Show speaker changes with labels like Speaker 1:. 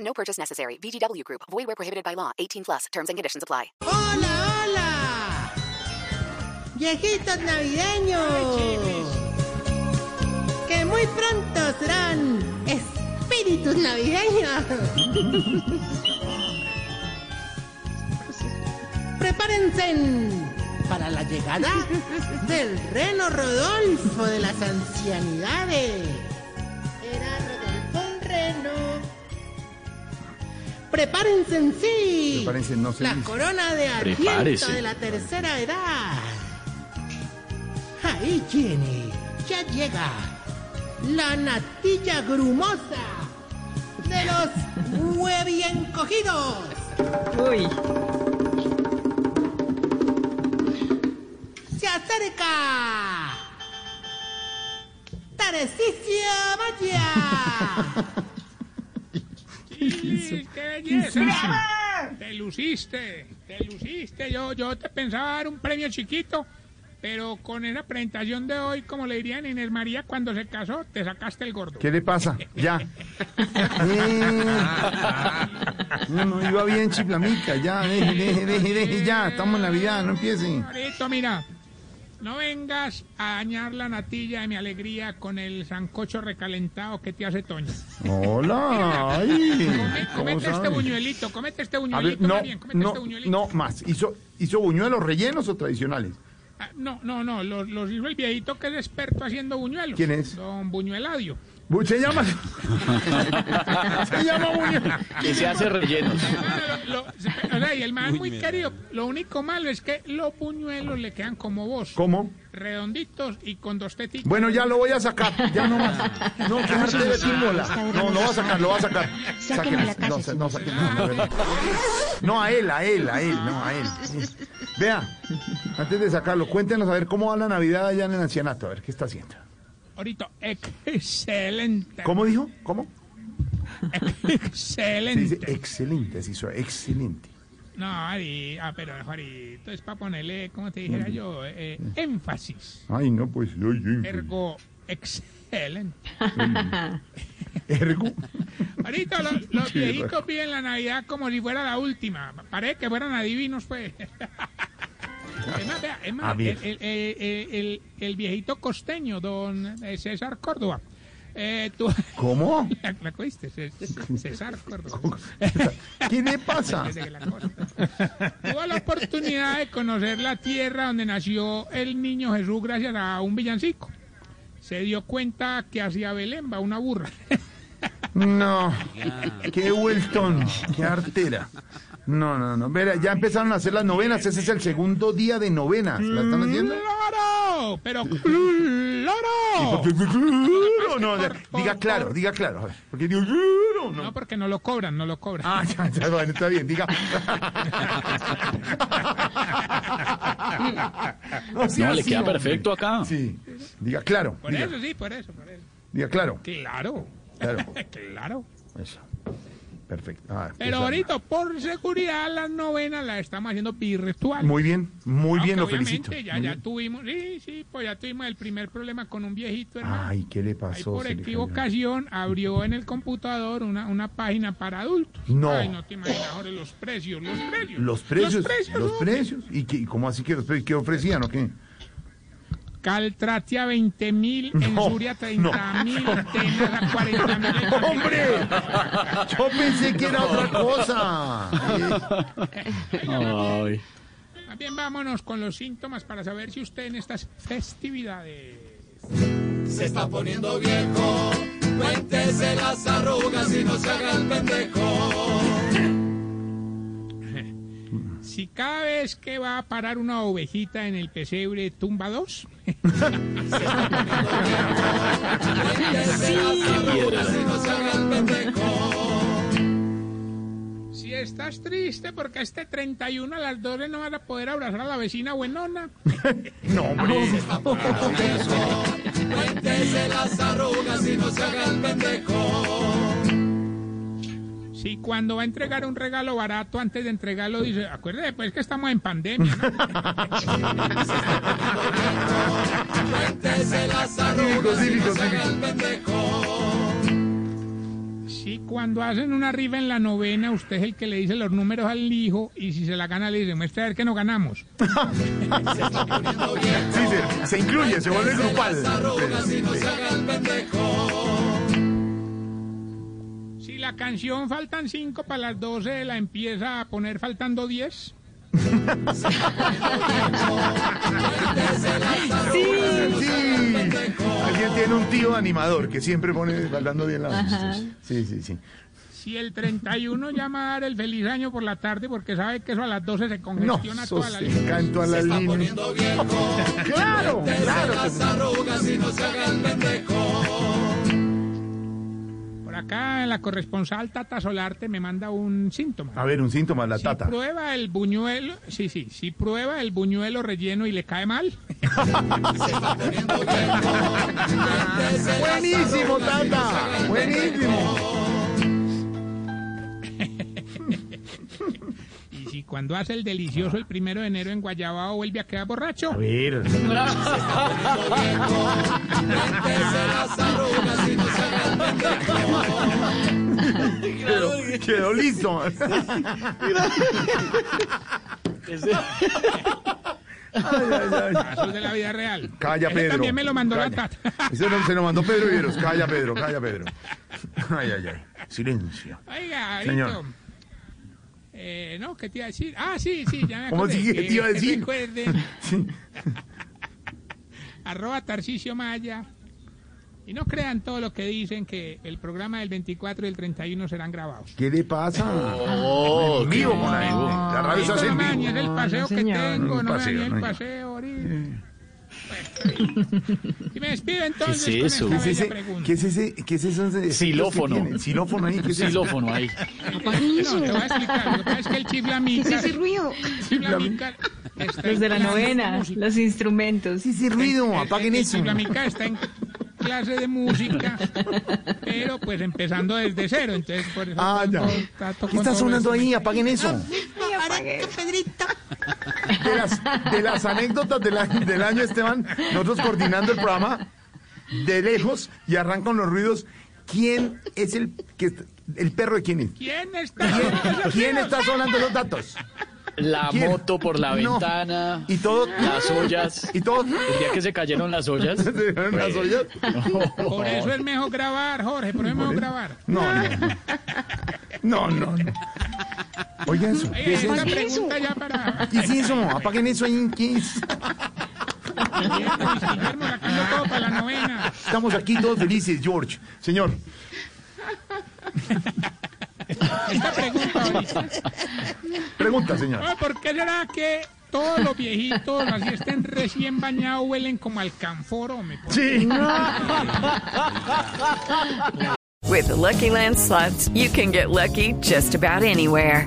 Speaker 1: No purchase necessary. VGW Group. Void where prohibited by law. 18 plus. Terms and conditions apply.
Speaker 2: ¡Hola, hola! Viejitos navideños. Que muy pronto serán espíritus navideños. Prepárense para la llegada del reno Rodolfo de las ancianidades. Era Rodolfo un reno. Prepárense en sí.
Speaker 3: Prepárense, no se
Speaker 2: la
Speaker 3: dice.
Speaker 2: corona de argento
Speaker 4: Prepárese.
Speaker 2: de la tercera edad. Ahí tiene, ya llega la natilla grumosa de los muy bien cogidos.
Speaker 5: Uy,
Speaker 2: Se acerca. Tarecicio Maya.
Speaker 6: Sí, ¡Qué belleza! Te luciste, te luciste. Yo, yo te pensaba dar un premio chiquito, pero con esa presentación de hoy, como le dirían Inés María cuando se casó, te sacaste el gordo.
Speaker 3: ¿Qué le pasa? Ya. Eh, No, no, iba bien chiflamica, ya, deje, deje, deje, deje, ya, estamos en Navidad, no empiecen.
Speaker 6: Ahorita, mira, no vengas a dañar la natilla de mi alegría con el sancocho recalentado que te hace Toño.
Speaker 3: Hola, ay,
Speaker 6: Come-
Speaker 3: ¿cómo
Speaker 6: Comete este
Speaker 3: sabe?
Speaker 6: buñuelito, comete este
Speaker 3: A ver,
Speaker 6: buñuelito,
Speaker 3: no,
Speaker 6: más bien, comete
Speaker 3: no,
Speaker 6: este buñuelito.
Speaker 3: no más. ¿Hizo, hizo buñuelos rellenos o tradicionales?
Speaker 6: Ah, No, no, no, los, los hizo el viejito que es experto haciendo buñuelos.
Speaker 3: ¿Quién es?
Speaker 6: Don Buñueladio.
Speaker 3: Bu- Se llama. Se llama buñuelos.
Speaker 4: Que se hace rellenos.
Speaker 6: Claro, lo- o sea, y el man muy querido. Lo único malo es que los puñuelos le quedan como vos.
Speaker 3: ¿Cómo?
Speaker 6: Redonditos y con dos teticas.
Speaker 3: Bueno, ya lo voy a sacar, ya no más. No, que arte de timola. No, lo va a sacar, lo va a sacar. Sáquenlo, no, sa- no, sáquenlo, no, de verdad. No, a él, a él, a él, no, a él. Vea, antes de sacarlo, cuéntenos a ver cómo va la Navidad allá en el ancianato, a ver qué está haciendo.
Speaker 6: Ahorita, excelente.
Speaker 3: ¿Cómo dijo? ¿Cómo? Se dice
Speaker 7: eh.
Speaker 6: Excelente.
Speaker 3: excelente, se hizo excelente.
Speaker 6: No, Ari, ah, pero ahorita es para ponerle, como te dijera yo, eh, énfasis.
Speaker 3: Ay, no, pues, oye,
Speaker 6: Ergo, excelente.
Speaker 3: Mm. ergo.
Speaker 6: Ahorita los, los
Speaker 3: Sí,
Speaker 6: viejitos piden la Navidad como si fuera la última. Parece que fueran adivinos, pues. Es más, vea, es más,
Speaker 3: A ver.
Speaker 6: el, el- el- el- el viejito costeño, don eh, César Córdoba. Eh, tú,
Speaker 3: ¿Cómo?
Speaker 6: la, la cogiste, Cés- César Córdoba.
Speaker 3: ¿Qué le pasa?
Speaker 6: Desde que la cosa. Tuvo la oportunidad de conocer la tierra donde nació el niño Jesús gracias a un villancico. Se dio cuenta que hacia Belén va una burra.
Speaker 3: No, qué vueltón, qué artera. No, no, no. Verá, ya empezaron a hacer las novenas. Ese es el segundo día de novenas. ¿La están haciendo?
Speaker 6: ¡Claro! ¡Pero claro!
Speaker 3: Claro, no, ya, diga claro, diga claro. a ver, Porque digo, claro,
Speaker 6: No,
Speaker 3: no.
Speaker 6: porque no lo cobran, no lo cobran.
Speaker 3: Ah, ya, ya, bueno, está bien, diga. No, sí,
Speaker 4: No, le
Speaker 3: así,
Speaker 4: queda
Speaker 3: hombre.
Speaker 4: perfecto acá.
Speaker 3: Sí, diga claro.
Speaker 6: por
Speaker 3: Diga,
Speaker 6: eso, sí, por eso, por eso.
Speaker 3: diga claro.
Speaker 6: Claro.
Speaker 3: Claro.
Speaker 6: claro.
Speaker 3: Eso. Perfecto. Ah,
Speaker 6: Pero
Speaker 3: pues,
Speaker 6: ahorita, por seguridad, las novenas las estamos haciendo virtuales.
Speaker 3: Muy bien, muy bien, lo
Speaker 6: Aunque
Speaker 3: felicito.
Speaker 6: obviamente Ya,
Speaker 3: Muy
Speaker 6: ya
Speaker 3: bien.
Speaker 6: tuvimos, sí, sí, pues ya tuvimos el primer problema con un viejito, hermano.
Speaker 3: Ay, ¿qué le
Speaker 6: Ahí
Speaker 3: pasó?
Speaker 6: por
Speaker 3: Se le cayó.
Speaker 6: equivocación abrió en el computador una, una página para adultos.
Speaker 3: No.
Speaker 6: Ay, no te imaginas, Jorge, los precios, los precios.
Speaker 3: Los precios,
Speaker 6: Los precios.
Speaker 3: los
Speaker 6: hombre.
Speaker 3: precios. ¿Y qué, y cómo así que los precios? ¿Qué ofrecían o qué?
Speaker 6: Caltratia 20 mil, en
Speaker 3: No,
Speaker 6: Suria 30 mil, Atenas a 40 mil.
Speaker 3: ¡Hombre! Yo pensé que era otra cosa.
Speaker 4: Ay.
Speaker 6: Más bien vámonos con los síntomas para saber si usted en estas festividades... Se está poniendo viejo, cuéntese las arrugas y no se haga el pendejo. Si cada vez que va a parar una ovejita en el pesebre tumba dos, Estás triste porque este 31 a las 12 no vas a poder abrazar a la vecina buenona.
Speaker 3: No, hombre.
Speaker 6: Si cuando va a entregar un regalo barato antes de entregarlo dice, acuérdate pues que estamos en pandemia, ¿no?
Speaker 3: Cívico, cívico, cívico.
Speaker 6: Si cuando hacen una rifa en la novena usted es el que le dice los números al hijo y si se la gana le dice, muestra a ver que no ganamos.
Speaker 3: Sí, se, se incluye, se vuelve grupal.
Speaker 6: Si la canción faltan 5 para las 12 la empieza a poner faltando 10.
Speaker 3: Sí. Alguien tiene un tío animador que siempre pone faltando bien la Sí, sí, sí.
Speaker 6: Si el 31 llama a dar el feliz año por la tarde porque sabe que eso a las 12 se
Speaker 3: No,
Speaker 6: congestiona
Speaker 3: eso
Speaker 6: toda la
Speaker 3: se
Speaker 6: línea.
Speaker 3: canto a la línea. Claro, claro.
Speaker 6: Por acá en la corresponsal Tata Solarte me manda un síntoma.
Speaker 3: A ver, un síntoma, la
Speaker 6: si
Speaker 3: Ah, tata.
Speaker 6: prueba el buñuelo, sí, sí, si prueba el buñuelo relleno y le cae mal,
Speaker 3: Buenísimo, tata. Buenísimo.
Speaker 6: y si cuando hace el delicioso el primero de enero en Guayabao vuelve a quedar borracho.
Speaker 3: A ver. Quedó, quedó listo.
Speaker 6: Casos de la vida real.
Speaker 3: Calla,
Speaker 6: Ese
Speaker 3: Pedro.
Speaker 6: también me lo mandó la
Speaker 3: Calla.
Speaker 6: Tata.
Speaker 3: Ese no- se lo mandó Pedro Viveros. Calla, Pedro, calla, Pedro. Ay, ay, ay. Silencio.
Speaker 6: Oiga,
Speaker 3: Señor.
Speaker 6: Adito. Eh, no, ¿qué te iba a decir? Ah, sí, sí, ya me
Speaker 3: ¿Cómo
Speaker 6: acordé.
Speaker 3: así que te iba a
Speaker 6: Eh,
Speaker 3: decir?
Speaker 6: Recuerden. arroba Tarcisio Maya. Y no crean todo lo que dicen que el programa del 24 y el 31 serán grabados.
Speaker 3: ¿Qué le pasa?
Speaker 4: Oh,
Speaker 3: en vivo con la gente. La radio se
Speaker 6: Esto
Speaker 3: hace en
Speaker 6: no me dañe
Speaker 3: vivo.
Speaker 6: el paseo
Speaker 5: no,
Speaker 6: que
Speaker 5: señor.
Speaker 6: tengo, no
Speaker 3: Paseo,
Speaker 6: me dañe
Speaker 3: no,
Speaker 6: el
Speaker 3: no.
Speaker 6: paseo ahorita. Bueno, y me despido entonces
Speaker 4: ¿Qué es eso?
Speaker 6: con esta
Speaker 3: ¿Qué es
Speaker 6: bella
Speaker 3: ese?
Speaker 6: pregunta.
Speaker 3: ¿Qué es ese? ¿Qué es eso?
Speaker 4: Xilófono.
Speaker 3: Silófono ahí. ¿Qué es eso?
Speaker 4: Xilófono ahí.
Speaker 6: No, te voy a explicar. Lo que pasa es que el
Speaker 5: ¿Qué
Speaker 6: chiflamica...
Speaker 5: es ese ruido?
Speaker 6: chiflamica está
Speaker 5: Los de la
Speaker 6: en clase de
Speaker 5: novena,
Speaker 6: música.
Speaker 5: los instrumentos.
Speaker 3: ¿Qué es ese ruido? Apaguen
Speaker 6: El- el
Speaker 3: eso.
Speaker 6: Chiflamica está en clase de música, pero pues empezando desde cero, entonces por eso...
Speaker 3: Ah, ya.
Speaker 6: todo- está tocando
Speaker 3: ¿Qué está
Speaker 6: todo
Speaker 3: sonando
Speaker 6: eso.
Speaker 3: ahí? Apaguen eso.
Speaker 2: Ahora, Pedrito.
Speaker 3: De las, de las anécdotas del, a- del año, Esteban, nosotros coordinando el programa de lejos y arrancan los ruidos. ¿Quién es el que est- el perro de quién es?
Speaker 6: ¿Quién está?
Speaker 3: ¿Quién,
Speaker 6: sonando esos
Speaker 3: quién
Speaker 6: ruidos?
Speaker 3: está sonando los datos?
Speaker 4: La
Speaker 3: ¿Quién?
Speaker 4: moto por la
Speaker 3: No.
Speaker 4: ventana.
Speaker 3: Y todo
Speaker 4: Las ollas.
Speaker 3: y todo
Speaker 4: El día que se cayeron las ollas.
Speaker 3: las ollas.
Speaker 6: Por eso es mejor grabar, Jorge, por eso es mejor grabar.
Speaker 3: No, no. No, no. no. Oiga eso. ¿Qué
Speaker 6: Oiga,
Speaker 3: es
Speaker 6: esta
Speaker 3: eso?
Speaker 6: pregunta ya para...
Speaker 3: ¿Qué es eso? Apaguen eso ahí. ¿Qué es?
Speaker 6: Guillermo, sacando todo para la novena.
Speaker 3: Estamos aquí todos felices, George. Señor,
Speaker 6: Esta pregunta, ahorita.
Speaker 3: pregunta, señor.
Speaker 6: Oye, ¿Por qué será que todos los viejitos, así estén recién bañados, huelen como alcanforo? hombre? ¿Por
Speaker 3: Sí.
Speaker 8: With the Lucky Land slots, you can get lucky just about anywhere.